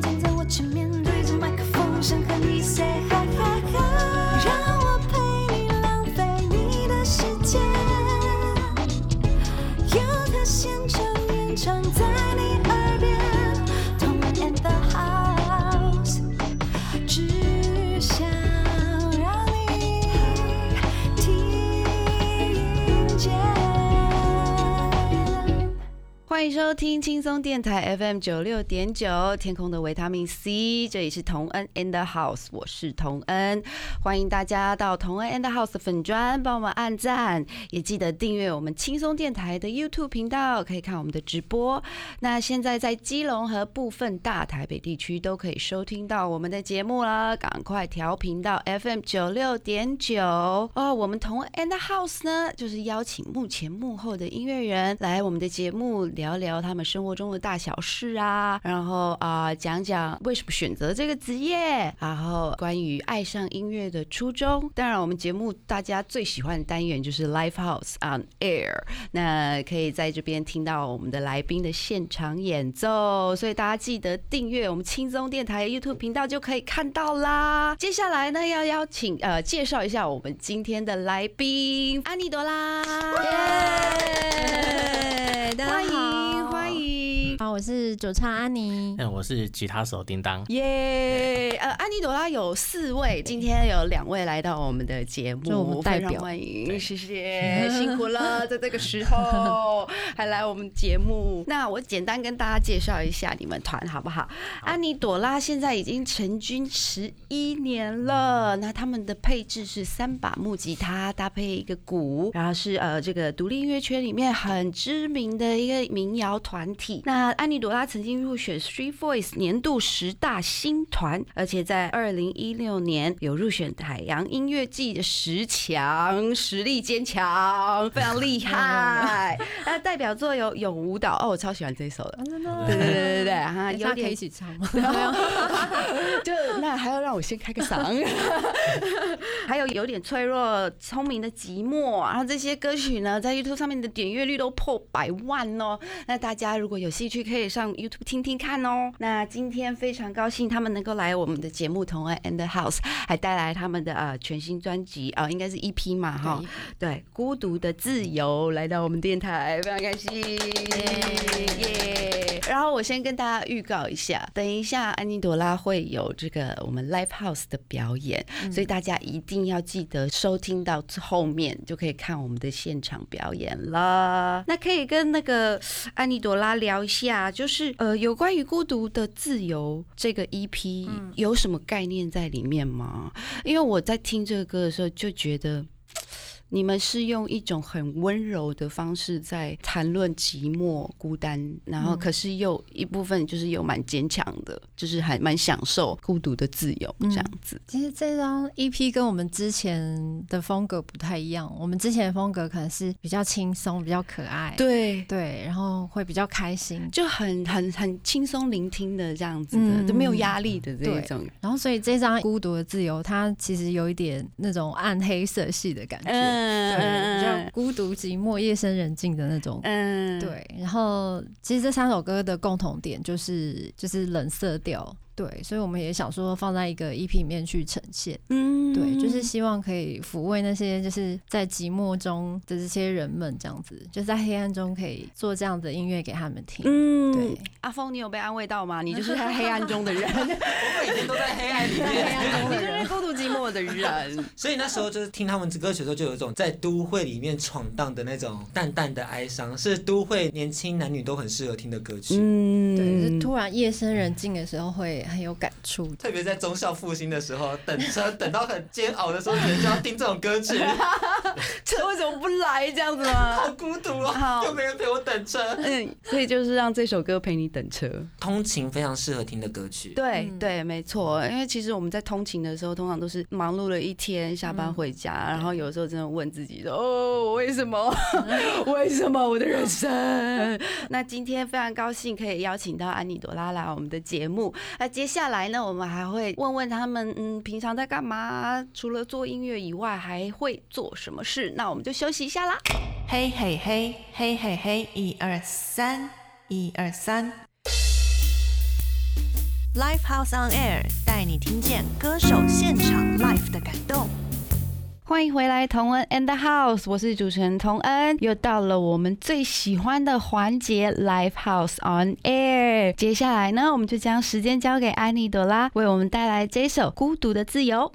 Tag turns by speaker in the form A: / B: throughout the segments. A: 站在我前面，对着麦克风，想和你 say hi hi hi，让我陪你浪费你的时间。有个现场演唱在你耳边，同我 and the house，只想让你听见。
B: 欢迎收听轻松电台 FM 九六点九，天空的维他命 C，这里是童恩 and the house，我是童恩，欢迎大家到童恩 and the house 的粉砖帮我们按赞，也记得订阅我们轻松电台的 YouTube 频道，可以看我们的直播。那现在在基隆和部分大台北地区都可以收听到我们的节目啦，赶快调频到 FM 九六点九哦。我们同 And House 呢，就是邀请幕前幕后的音乐人来我们的节目聊聊他们生活中的大小事啊，然后啊、讲讲为什么选择这个职业，然后关于爱上音乐的初衷。当然，我们节目大家最喜欢的单元就是 Live House on Air。那可以在这边听到我们的来宾的现场演奏，所以大家记得订阅我们轻松电台的 YouTube 频道就可以看到啦。接下来呢，要邀请呃介绍一下我们今天的来宾安妮朵拉，耶，
C: 大家
B: 欢迎
C: 好
B: 欢迎。
C: 好，我是主唱安妮。
D: 嗯，我是吉他手叮当。
B: 耶呃，安妮朵拉有四位，今天有两位来到我们的节
C: 就我
B: 目，
C: 们代表
B: 非常欢迎，谢 谢，辛苦了，在这个时候还来我们节目。那我简单跟大家介绍一下你们团好不好？安妮朵拉现在已经成军十一年了，那他们的配置是三把木吉他搭配一个鼓，然后是呃这个独立音乐圈里面很知名的一个民谣团体。那安妮朵拉曾经入选 Street Voice 年度十大新团，而且在二零一六年有入选海洋音乐季的十强，实力坚强，非常厉 害。那代表作有《咏舞蹈》，嗯哦，我超喜欢这首的。哦哎
C: 真
B: 对对对对对，哈，
C: 大
B: 有
C: 家可以
B: 点
C: 一起唱吗？
B: 就那还要让我先开个嗓， 还有有点脆弱、聪明的寂寞，然后这些歌曲呢，在 YouTube 上面的点阅率都破百万哦。那大家如果有兴趣，可以上 YouTube 听听看哦。那今天非常高兴他们能够来我们的节目《同恩 and the House》，还带来他们的呃全新专辑啊、呃应该是 EP 嘛哈，对，孤独的自由来到我们电台，非常开心，耶！然后我先跟大家预告一下，等一下安妮朵拉会有这个我们 live house 的表演，所以大家一定要记得收听到后面，就可以看我们的现场表演了。那可以跟那个安妮朵拉聊一下，就是呃，有关于《孤独的自由》这个 EP 有什么概念在里面吗？因为我在听这个歌的时候就觉得。你们是用一种很温柔的方式在谈论寂寞、孤单，然后可是又一部分就是又蛮坚强的，就是还蛮享受孤独的自由这样子。
C: 其实这张 EP 跟我们之前的风格不太一样，我们之前的风格可能是比较轻松、比较可爱，
B: 哎对，
C: 对，然后会比较开心。
B: 就很很很轻松聆听的这样子的，
C: 嗯
B: 都没有压力的这一
C: 对
B: 种。
C: 然后所以这张《孤独的自由》，它其实有一点那种暗黑色系的感觉，对，比较
B: 嗯
C: 孤独、寂寞、夜深人静的那种
B: 嗯，
C: 对，然后其实这三首歌的共同点就是就是冷色调，对，所以我们也想说放在一个 EP 里面去呈现，
B: 嗯
C: 对，就是希望可以抚慰那些就是在寂寞中的这些人们，这样子，就在黑暗中可以做这样的音乐给他们听，
B: 嗯
C: 对，，
B: 阿峰，你有被安慰到吗？你就是在黑暗中的人，
D: 我每天都在黑暗里
C: 黑
D: 面，
C: 暗中
B: 你
C: 的
B: 就
C: 人
B: 是孤独寂寞的人。
D: 所以那时候就是听他们歌曲的时候，就有一种在都会里面闯荡的那种淡淡的哀伤，是都会年轻男女都很适合听的歌曲。
B: 嗯
C: 对，就是突然夜深人静的时候
E: 会
C: 会
E: 很有感触的。
D: 特别在忠孝复兴的时候，等车等到很煎熬的时候，你就要听这种 歌曲，
B: 车为什么不来这样子吗
D: 好？孤独哦，
B: 好
D: 又没人陪我等 车。
B: 嗯，所以就是让这首歌陪你等车。
D: 通勤非常适合听的歌曲，
B: 对
E: 嗯
B: 对，没错，因为其实我们在通勤的时候，通常都是忙碌了一天，下班回家，然后有时候真的问自己说：“哦，为什么？为什么我的人生？” 那今天非常高兴可以邀请到安妮朵拉来我们的节目。那接下来呢，我们还会问问他们，嗯，平常在干嘛？除了做音乐以外，还会做什么事？那我们就休息一下啦。
F: 嘿嘿嘿嘿嘿嘿，一二三，一二三。Live House on Air 带你听见歌手现场 live 的感动。
B: 欢迎回来，童恩 and the house，我是主持人童恩，又到了我们最喜欢的环节 Live House on Air。接下来呢，我们就将时间交给安妮朵拉，为我们带来这首《孤独的自由》。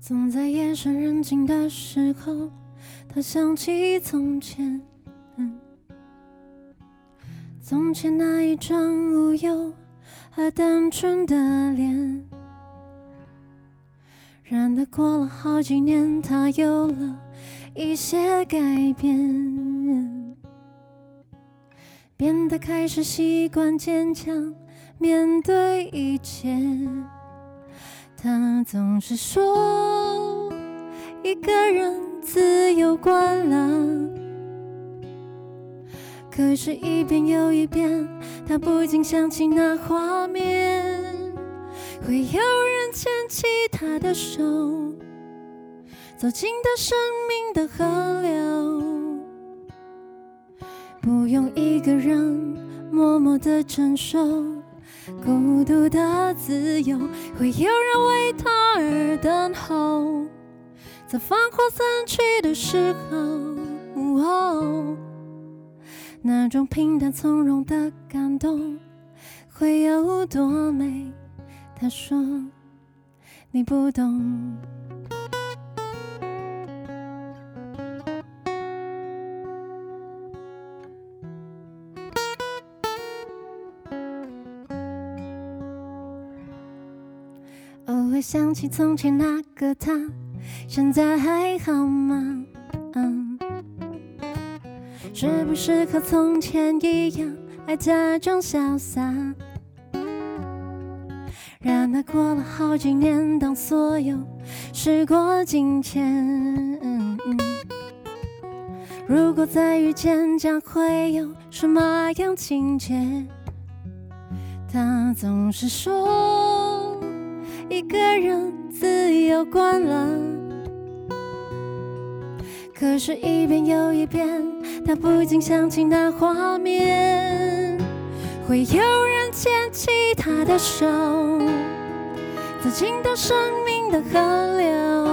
C: 总在夜深人静的时候，他想起从前，嗯，从前那一张无忧而单纯的脸。然而过了好几年，他有了一些改变，变得开始习惯坚强，面对一切。他总是说一个人自由惯了，可是，一遍又一遍，他不禁想起那画面，会有人牵起他的手，走进他生命的河流，不用一个人默默的承受。孤独的自由，会有人为他而等候，在繁华散去的时候，哦那种平淡从容的感动会有多美？他说你不懂。偶尔想起从前那个他，现在还好吗？嗯，是不是和从前一样，爱假装潇洒？然而过了好几年，当所有时过境迁，嗯嗯如果再遇见，将会有什么样情节？他总是说。一个人自由惯了。可是，一遍又一遍，他不禁想起那画面，会有人牵起他的手，走进到生命的河流，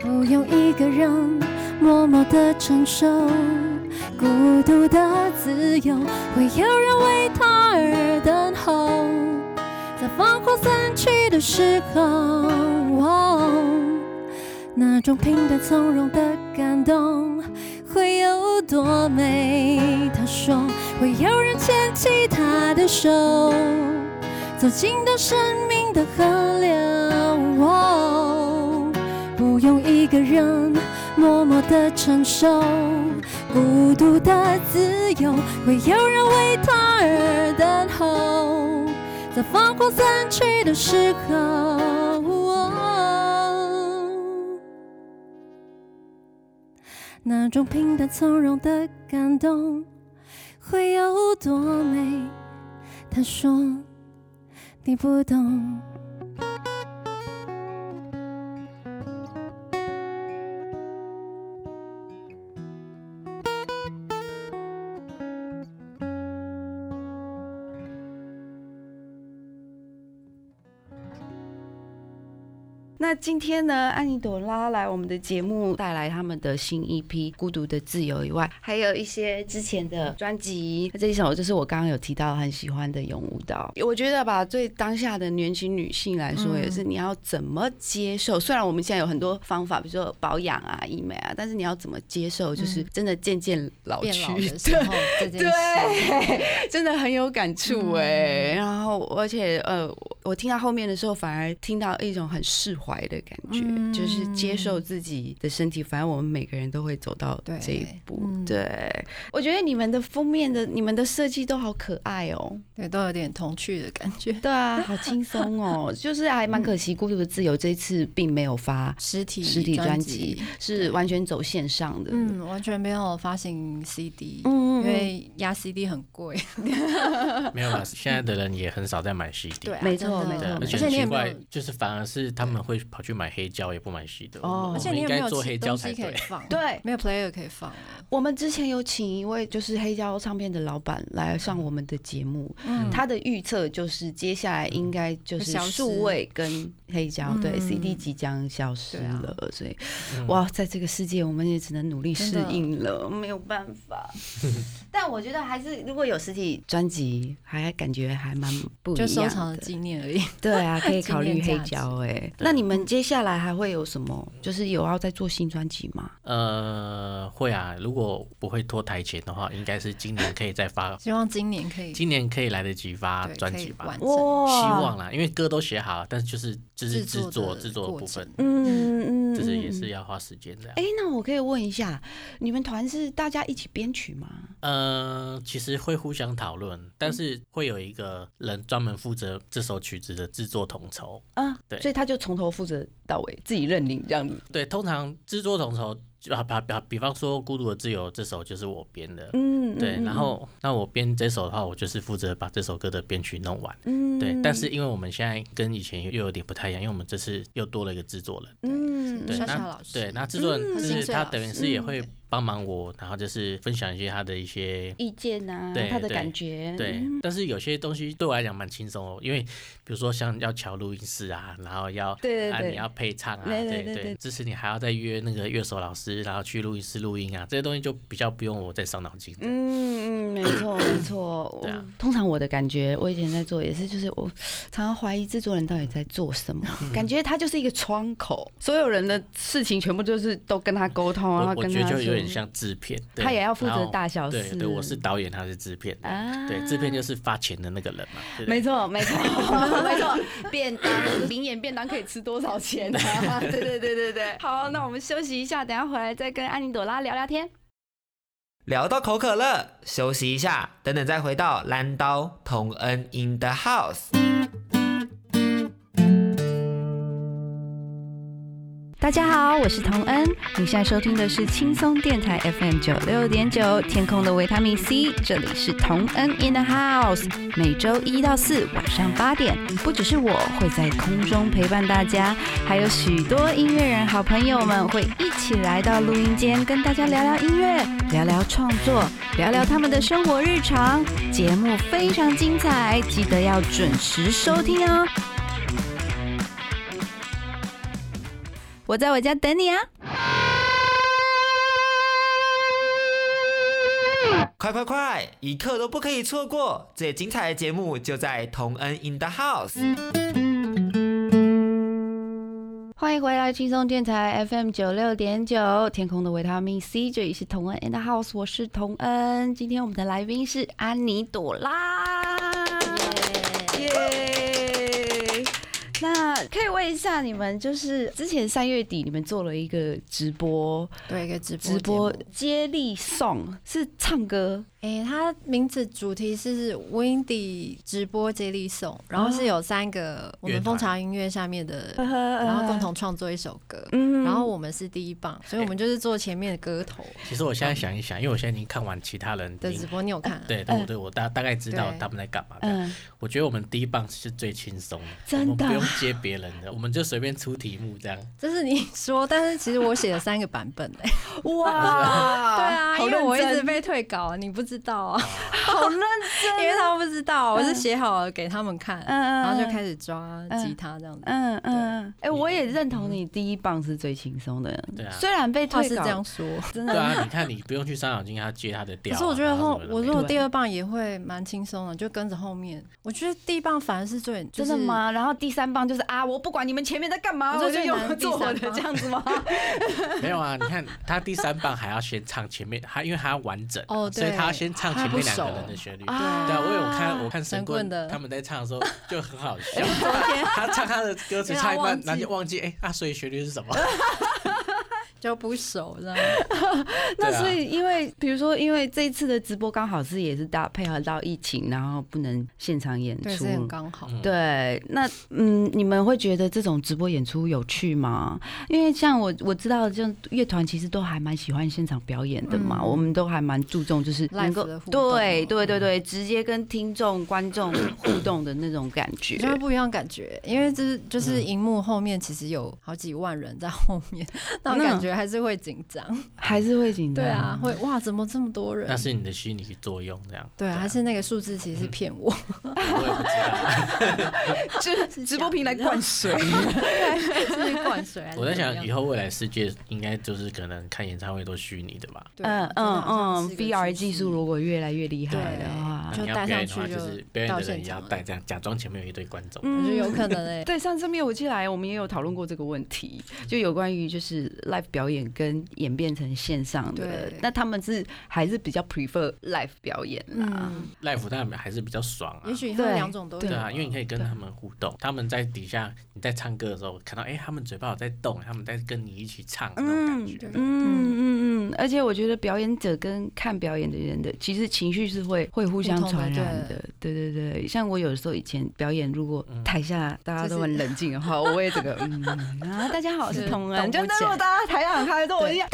C: 不用一个人默默的承受孤独的自由，会有人为他而等候。在繁华散去的时候，哦那种平淡从容的感动会有多美？他说，会有人牵起他的手，走进到生命的河流，哦不用一个人默默的承受孤独的自由，会有人为他而等候。在繁华散去的时候。哦那种平淡从容的感动会有多美？他说你不懂。
B: 那今天呢，安妮朵拉来我们的节目，带来他们的新 EP《孤独的自由》以外，还有一些之前的专辑。那这一首就是我刚刚有提到很喜欢的《勇舞蹈》，我觉得吧，对当下的年轻女性来说，
C: 嗯
B: 也是你要怎么接受。虽然我们现在有很多方法，比如说保养啊、医美啊，但是你要怎么接受，就是
C: 嗯
B: 真的渐渐老
C: 变
B: 去
C: 老的时候这件事，
B: 对， 真的很有感触
C: 嗯
B: 哎、然后，而且呃，我我听到后面的时候，反而听到一种很释怀的感觉，
C: 嗯
B: 就是接受自己的身体。反正我们每个人都会走到
C: 对
B: 这一步。
C: 嗯
B: 对，我觉得你们的封面的、你们的设计都好可爱哦。
C: 对，都有点童趣的感觉。
B: 对啊，好轻松 哦。就是还蛮可惜，《孤独的自由》这一次并没有发，
C: 实体
B: 实体专
C: 嗯专
B: 辑，是完全走线上的。嗯
C: 嗯，完全没有发行 CD，、
B: 嗯
C: 因为压 CD 很贵。嗯
G: 没有啦，现在的人也很少在买 CD。
C: 对啊，
B: 没错
C: 真的
B: 没
G: 对
B: 错
G: 啊，
B: 没错
G: 而且
C: 而且
G: 很
C: 你也
G: 奇
C: 没
G: 怪
C: 有，，
G: 就是反而是他们会跑去买黑胶，也不买 CD 的。
B: 哦
G: 我
C: 而且
G: 们
C: 你
G: 应
C: 也没
G: 该
C: 有
G: 做黑胶
C: 东
G: 才
C: 西可
G: 对
C: 以。放，
B: 对
C: 没有 player 可以放啊了。
B: 我们之前有请一位就是黑胶唱片的老板来上我们的节目，
C: 嗯，
B: 他的预测就是接下来应该就是
C: 消失
B: 数位跟黑胶，
C: 嗯
B: 对 CD 即将消失
C: 对啊
B: 了，所以
G: 嗯
B: 哇，在这个世界我们也只能努力适
C: 真的
B: 应了，没有办 法。但我觉得还是如果有实体专辑，还感觉还蛮不一
C: 就
B: 样
C: 收藏的
B: 的
C: 纪念 而已。
B: 对啊，可以
C: 纪念
B: 考虑黑
C: 价值
B: 胶哎、那你们接下来还会有什么？就是有要再做新专辑吗？
G: 呃，会啊，如果不会拖台前的话，应该是今年可以再发，
C: 希望今年可以
G: 今年可以来得及发
C: 对
G: 专
C: 可以
G: 辑吧。
C: 完
G: 希
C: 成
B: 哇
G: 望啦，因为歌都写好了，但是就是就是制
C: 制
G: 作
C: 作
G: 制
C: 的
G: 作的
C: 过
G: 部分
C: 程，
B: 嗯嗯，
G: 就是也
B: 嗯
G: 是要花时间的。
B: 哎、那我可以问一下，你们团是大家一起编曲吗？
G: 呃，其实会互相讨论，但
C: 嗯
G: 是会有一个人专门负责这首曲子的制作统筹。
B: 啊，
G: 对
B: 所以他就从头负责到尾，自己认领这样子。
G: 对，通常制作统筹，啊，把把，比方说《孤独的自由》这首就是我编的。
B: 嗯
G: 对，然后那我编这首的话，我就是负责把这首歌的编曲弄完。
B: 嗯
G: 对，但是因为我们现在跟以前又有点不太一样，因为我们这次又多了一个制作人。
B: 嗯
G: 对，
C: 小
G: 那
C: 小老师
G: 对，那制作人
C: 嗯
G: 就
C: 心
G: 是
C: 碎
G: 他
C: 老
G: 等于
C: 师
G: 是也
C: 嗯
G: 会
C: 对
G: 帮忙我，然后就是分享一些他的一些
B: 意见啊，
G: 对
B: 他的
G: 对
B: 感觉，
G: 对，但是有些东西对我来讲蛮轻松哦，因为比如说像要调录音室啊，然后要
B: 对对
G: 啊
B: 对
G: 你要配唱啊，
B: 对对对
G: 对
B: 对
G: 支持你还要再约那个乐手老师，然后去录音室录音啊，这些东西就比较不用我再伤脑筋。
B: 嗯嗯，没错没错。
G: 对啊
B: 我通常我的感觉，我以前在做也是，就是我常常怀疑制作人到底在做什么，
G: 嗯
B: 感觉他就是一个窗口，所有人的事情全部就是都跟他沟通，然
G: 我
B: 后
G: 我
B: 跟
G: 觉
B: 他
G: 得就有点
B: 说
G: 像制片，对
B: 他也要负
G: 然
B: 责
G: 后
B: 大小事。
G: 对对，我是导演，他是制片，
B: 啊
G: 对，制片就是发钱的那个人嘛，对不对
B: 没错，没错，没错，便当零眼便当可以吃多少钱啊？ 对对对对对。好，那我们休息一下，等一下回来再跟安妮朵拉聊聊天。
H: 聊到口渴了，休息一下，等等再回到蓝刀同恩 in the house。
B: 大家好，我是童恩，你现在收听的是轻松电台 FM 九六点九天空的维他命 C，这里是童恩 in the house，每周一到四晚上八点，不只是我会在空中陪伴大家，还有许多音乐人好朋友们会一起来到录音间跟大家聊聊音乐，聊聊创作，聊聊他们的生活日常，节目非常精彩，记得要准时收听哦。我在我家等你啊。
H: 快快快，一刻都不可以错过！最精彩的节目就在同恩 in the house。
B: 欢迎回来，轻松电台 FM 九六点九，天空的维他命 C，这里是童恩 and house，我是童恩。今天我们的来宾是安妮朵拉，耶、那可以问一下你们，就是之前三月底你们做了一个直播，
C: 对一个直播
B: 直播
C: 节目
B: 接力送是唱歌，
C: 诶，它名字主题是 Windy 直播接力送，然后是有三个我
G: 乐团
C: 们蜂巢音乐下面的，
B: 然
C: 然后共，同创作一首歌，
B: 嗯
C: 然后我们是第一棒，所以我们就是做前面的歌头
G: 其实我现在想一想，因为我现在已经看完其他人
C: 的
G: 已
C: 直
G: 经
C: 播，你有看啊？
G: 对，但我对我大大概知道
C: 对
G: 他们在干嘛。这样
B: 嗯，
G: 我觉得我们第一棒是最轻松的，
B: 真的
G: 我们不用 接别人的，我们就随便出题目这样。
C: 这是你说，但是其实我写了三个版本诶。
B: 哇，
C: 对啊，
B: 好
C: 因为我一
B: 认
C: 直
B: 真
C: 被退稿，你不知道 啊，
B: 好认真，
C: 因为他们不知道，我是
B: 嗯
C: 写好了给他们看，
B: 嗯
C: 然后就
B: 始。
C: 开始抓吉他这样子。
B: 嗯嗯，哎、我也认同你第一棒是最轻松的，
G: 对啊
B: 虽然被
C: 嗯话
B: 退
C: 是
B: 稿
C: 这样说，真
G: 对
C: 的。
G: 啊，你看你不用去伤脑筋，他接他的调啊。
C: 可是我觉得
G: 然
C: 后
G: 什么，都
C: 我
G: 没
C: 如
G: 有
C: 果第二棒也会蛮轻松的，就跟着后面。我觉得第一棒反而是最
B: 真的？吗？然后第三棒就是啊，我不管你们前面在干嘛，
C: 我
B: 我
C: 就
B: 就
C: 最
B: 用
C: 难
B: 我
C: 的第
B: 做我
C: 三
B: 的
C: 棒
B: 这样子 吗？
G: 没有啊，你看他第三棒还要先唱前面，他因为他要完整，
C: 哦
G: 所以
C: 对
G: 他要先唱前面两个人的旋律。对啊，我有看，我看神
C: 神
G: 棍
C: 棍的
G: 他们在唱的时候就很 好笑，他唱他的歌词唱一半，
C: 啊因
G: 然
C: 为他忘记
G: 后就忘记哎，啊，所以旋律是什 么？
C: 就不熟 这样。
B: 那
G: 对啊
B: 所以因为比如说，因为这一次的直播刚好是也是搭配合到疫情，然后不能现场演
C: 对，
B: 出
C: 这。很刚好。
B: 对，那嗯，你们会觉得这种直播演出有趣吗？因为像我我知道，就乐团其实都还蛮喜欢现场表演的嘛，
C: 嗯
B: 我们都还蛮注重就是能够
C: Live 的互动
B: 对对对对，直接跟听众观众 互动的那种感觉
C: 我。觉得不一样感觉，因为就是就是
G: 嗯
C: 荧幕后面其实有好几万人在后面，哦那种感觉还是会紧张。
B: 还是会紧张。
C: 对啊，会哇，怎么这么多人
G: 嗯那？嗯是你的心理作用，这样。
C: 对啊，还是那个数字其实是骗 我，
G: 我也不知道。
B: 直直播平台 灌水。
C: 是灌水还是
G: 我在想，以
C: 后
G: 后未来世界应该就是可能看演唱会都虚拟的吧？
C: 啊
B: 嗯嗯嗯，VR 技术如果越来越厉害的
C: 对
B: 话，
G: 那
C: 就
G: 你要
C: 戴
G: 表演的
C: 上
G: 话，
C: 去
G: 就
C: 就是
G: 表演的
C: 到现
G: 人也要
C: 场
G: 戴这样，假装前面有一堆观众。
C: 我觉得有可 能哎、
B: 对，上次灭火器来，我们也有讨论过这个问题，就有关于就是 live 表演跟演变成线上的
C: 对，
B: 那他们是还是比较 prefer live 表演啦。
C: 嗯，
G: live 当然还是比较爽啊
C: 也。许他
B: 对
C: 们两种都有
G: 对啊，因为你可以跟他们互动，他们在底下你在唱歌的时候，看到哎、诶他们嘴巴有在动，他们在跟你一起唱那种感觉。
B: 嗯嗯嗯，而且我觉得表演者跟看表演的人的，其实情绪是会会互相
C: 互通的
B: 传染的。对对对，像我有的时候以前表演，如果台下大家都很冷静的话，我也这个嗯啊，大家好，我是
C: 是
B: 童
C: 动
B: 恩，
C: 不
B: 就那如果
C: 起
B: 大家台下很嗨，跟我一样，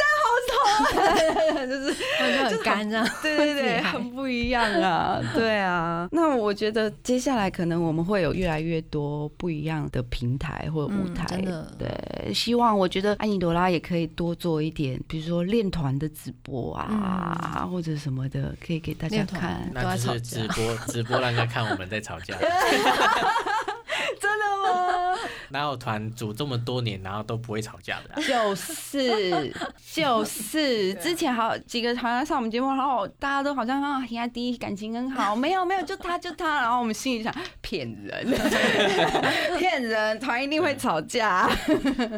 C: 那就很干 这样。
B: 对对
C: 自己
B: 对，
C: 嗨
B: 很不一样 啊，对啊。那我觉得接下来可能我们会有越来越多不一样的平台或者舞
C: 嗯
B: 台，
C: 真的
B: 对。希望我觉得安妮朵拉也可以多做一点，比如说练团的直播啊，或者什么的，可以给大家
C: 练团
B: 看。
G: 那就
C: 都
G: 是
C: 在
G: 直
C: 吵架
G: 播， 直播让人家看我们在吵架。
B: 真的吗？
G: 哪有团组这么多年，然后都不会吵架 的啊、
B: 就是就是，
C: 啊
B: 之前好几个团上我们节目，然后大家都好像啊，很爱第一感情很好，没有没有，就他就他，然后我们心里想骗 人，骗人，团一定会吵架。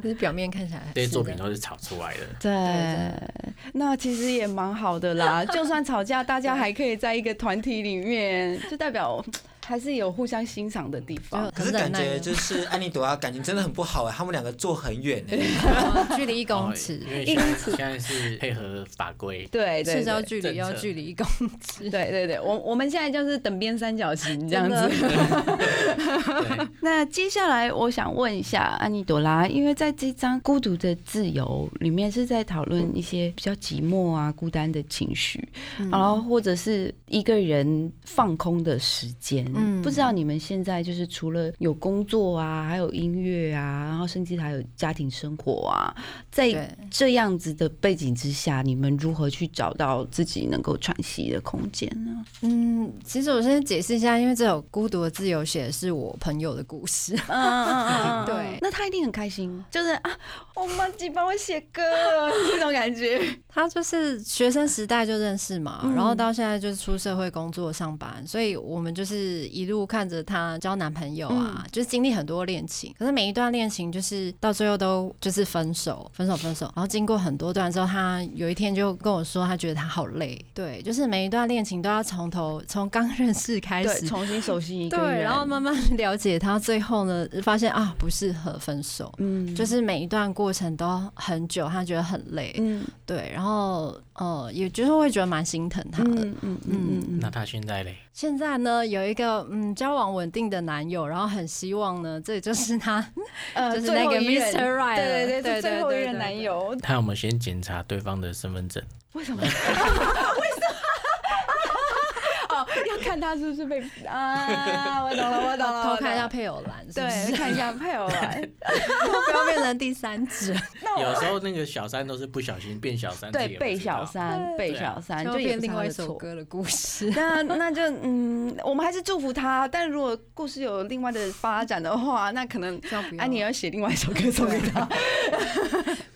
C: 就是表面看起来
G: 这些
C: 是
G: 作
C: 的
G: 品都是吵出来的。
B: 对，那其实也蛮好的 啦，就算吵架，大家还可以在一个团体里面，就代表还是有互相欣赏的地方
C: 就。
D: 可是
C: 很
D: 感
C: 忍耐
D: 觉
C: 的
D: 就是安妮朵拉感情真的很不好哎、他们两个坐很远哎、
C: 哦距离一公尺
G: 因，为现在现在是配合法规，
B: 对对
C: 社交
B: 对
C: 距离要
G: 政策
C: 距离一公尺。
B: 对对对，我我们现在就是等边三角形这样
C: 真
B: 子。
G: 对，
B: 那接下来我想问一下安妮朵拉，因为在这张《孤独的自由》里面是在讨论一些比较寂寞啊、孤单的情绪，
C: 嗯
B: 然后或者是一个人放空的时间。
C: 嗯
B: 不知道你们现在就是除了有工作啊，还有音乐啊，然后甚至还有家庭生活啊，在
C: 对，
B: 这样子的背景之下，你们如何去找到自己能够喘息的空间呢？
C: 嗯，其实我先解释一下，因为这首《孤独的自由》写的是我朋友的故事，
B: 嗯嗯嗯
C: 对
B: 那他一定很开心，就是啊，我妈鸡帮我写 歌了这种感觉。
C: 他就是学生时代就认识嘛，
B: 嗯
C: 然后到现在就是出社会工作上班，所以我们就是一路看着他交男朋友啊，
B: 嗯
C: 就是经历很多恋情，可是每一段恋情就是到最后都就是分手，分手，分手，然后经过很多段之后，他有一天就跟我说，他觉得他好累，对，就是每一段恋情都要从头从刚认识开
B: 对，
C: 始。
B: 重新熟悉一个
C: 对，
B: 人，
C: 然后慢慢了解他，最后呢，发现啊不适合分手，
B: 嗯
C: 就是每一段过程都很久，他觉得很累，
B: 嗯
C: 对，然后呃，也就是会觉得蛮心疼他的。
B: 嗯嗯嗯
G: 那他现在嘞？
C: 现在呢，有一个嗯交往稳定的男友，然后很希望呢，这就 是 他，
B: 呃
C: 就是那个 Mr. Right，
B: 对对
C: 了
B: 对，是最后一
C: 对
B: 任
C: 对
B: 男友，
G: 他有没有先检查 对方的身份证？
B: 为什么？为什么？哦，要看他是不是被啊，我懂了，我懂了，
C: 偷看一
B: 我懂
C: 下
B: 了，
C: 配偶栏，是不是
B: 对，看一下配偶栏，
C: 不要变成第三 者，
G: 有时候那个小三都是不小心变小三，自己
B: 对，
G: 也不知道
B: 被小，三，被小三，
C: 就
B: 就也
C: 变
B: 不是
C: 另
B: 他
C: 外一
B: 的
C: 首
B: 错。
C: 歌的故事。
B: 那那就嗯，我们还是祝福他。但如果故事有另外的发展的话，那可能
C: 希望不要
B: 安妮要写另外一首歌送给他。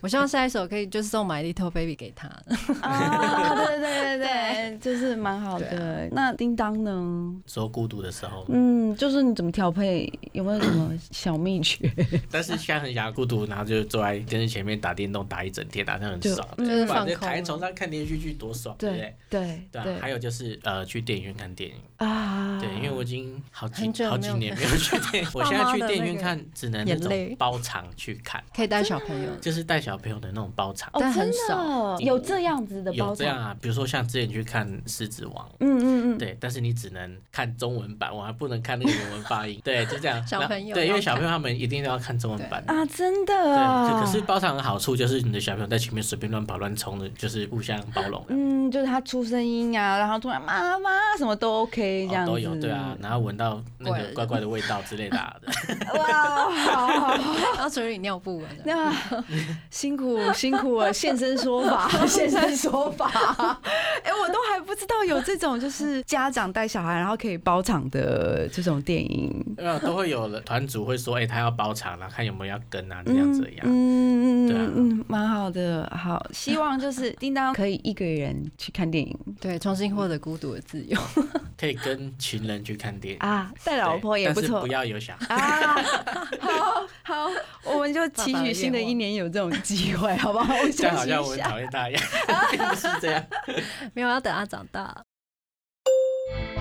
C: 我希望下一首可以就是送《My Little Baby》给他。
B: 啊，对对对对，就是蛮好的。
G: 啊
B: 那叮当呢？
G: 说孤独的时候，
B: 嗯，就是你怎么调配？有没有什么小秘诀？
G: 但是现在很想要孤独，然后就坐在电视前面打电动打一整天，打上很
B: 就
G: 爽，
C: 就是嗯
G: 反
C: 放
G: 正
C: 空
G: 躺在床上看连续剧多爽，对不对？
B: 对
G: 对啊，还有就是呃，去电影院看电影，
B: 啊，
G: 对，因为我已经好几
C: 很久
G: 好
C: 没
G: 几
C: 有
G: 年没
C: 看
G: 有去电影，我现在去电影院
C: 爸妈的
G: 看只能那
C: 眼泪
G: 种包场去看，
C: 可以带小朋友，
G: 就是带小朋友的那种包场。
B: 哦，
C: 但很
B: 真的
G: 少
B: 有这样子的包
G: 嗯有这样
B: 装。
G: 啊，比如说像之前去看《狮子王》，
B: 嗯嗯嗯，
G: 对，但是你只能看中文版，我还不能看那个原文发 音，对，就这样。
C: 小
G: 然后
C: 朋友
G: 对，因为
C: 要
G: 小朋
C: 看
G: 友他们一定要看中文
C: 对
G: 版的。
B: 啊，真的
G: 对，
B: 啊。
G: 可可是包场的好处就是你的小朋友在前面随便乱跑乱冲的，就是互相包容的。啊哦
B: 嗯，就是他出声音啊，然后突然妈妈什么都 OK 这
G: 哦
B: 样子。
G: 都有对啊，然后闻到那个怪怪的味道之类 的、啊，
B: 哇，好好好，
C: 然后处理尿布啊。
B: 那辛苦辛苦了，现身说法，现身说法。哎、我都还不知道有这种就是家长带小孩然后可以包场的这种电影，
G: 对啊，都会有的团主会说，哎、他要包场，然后看有没有要跟啊，这样子呀、
B: 嗯
G: 对啊
B: 嗯，蛮好的。好，希望就是叮当可以一个人去看电影
C: 对，重新获得孤独的自由。
G: 可以跟情人去看电影，
B: 啊，带
G: 对
B: 老婆也
G: 但
B: 不
G: 是
B: 错
G: 不。要 有小孩。
B: 啊，好好，我们就期
C: 爸爸
B: 许
C: 的愿
B: 新的一年有这种机会，好不好？我们
G: 这样好像
B: 休
G: 我
B: 息一
G: 很
B: 下
G: 讨厌他一样， 并不是这样。
C: 没有，要等他长大。